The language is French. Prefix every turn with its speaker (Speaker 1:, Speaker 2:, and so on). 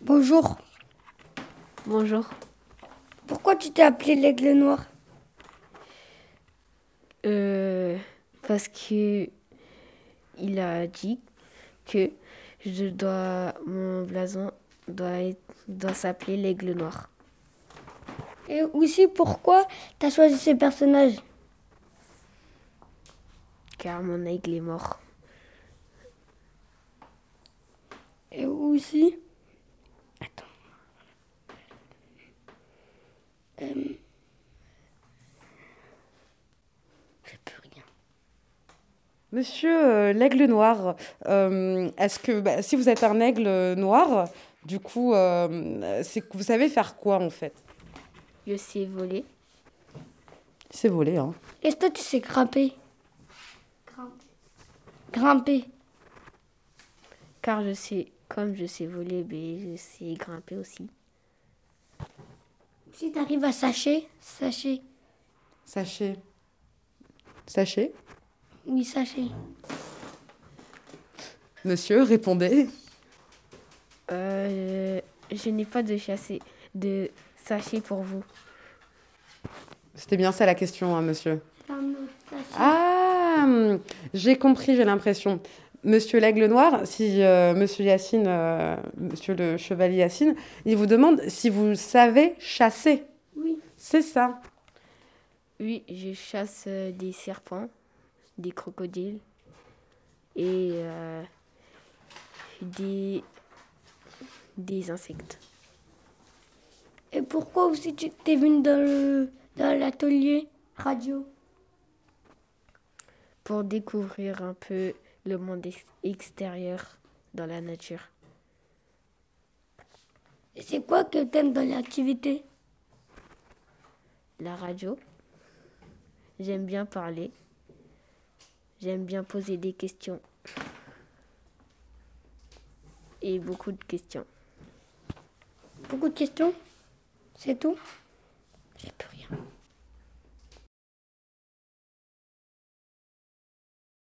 Speaker 1: Bonjour.
Speaker 2: Bonjour.
Speaker 1: Pourquoi tu t'es appelé l'aigle noir
Speaker 2: Euh, parce que il a dit que je dois mon blason doit être- doit s'appeler l'aigle noir.
Speaker 1: Et aussi pourquoi t'as choisi ce personnage
Speaker 2: Car mon aigle est mort.
Speaker 1: Et aussi. Attends. Euh, Je peux rien.
Speaker 3: Monsieur euh, l'aigle noir, euh, est-ce que bah, si vous êtes un aigle euh, noir, du coup, euh, c'est que vous savez faire quoi en fait
Speaker 2: Je sais voler.
Speaker 3: C'est volé, hein.
Speaker 1: Est-ce que tu sais grimper Grimper.
Speaker 2: Car je sais, comme je sais voler, mais je sais grimper aussi.
Speaker 1: Si t'arrives à sachez, sachez.
Speaker 3: Sachez. Sachez.
Speaker 1: Oui, sachez.
Speaker 3: Monsieur, répondez.
Speaker 2: Euh, je n'ai pas de chassé, de sachet pour vous.
Speaker 3: C'était bien ça la question, hein, monsieur.
Speaker 1: Sachez.
Speaker 3: Ah, hum, j'ai compris, j'ai l'impression. Monsieur l'aigle noir, si euh, monsieur Yacine, euh, monsieur le chevalier Yacine, il vous demande si vous savez chasser.
Speaker 1: Oui.
Speaker 3: C'est ça.
Speaker 2: Oui, je chasse euh, des serpents, des crocodiles et euh, des, des insectes.
Speaker 1: Et pourquoi aussi tu t'es venu dans le- dans l'atelier radio
Speaker 2: Pour découvrir un peu le monde ex- extérieur dans la nature.
Speaker 1: Et c'est quoi que t'aimes dans l'activité
Speaker 2: La radio, j'aime bien parler, j'aime bien poser des questions et beaucoup de questions.
Speaker 1: Beaucoup de questions C'est tout J'ai peur.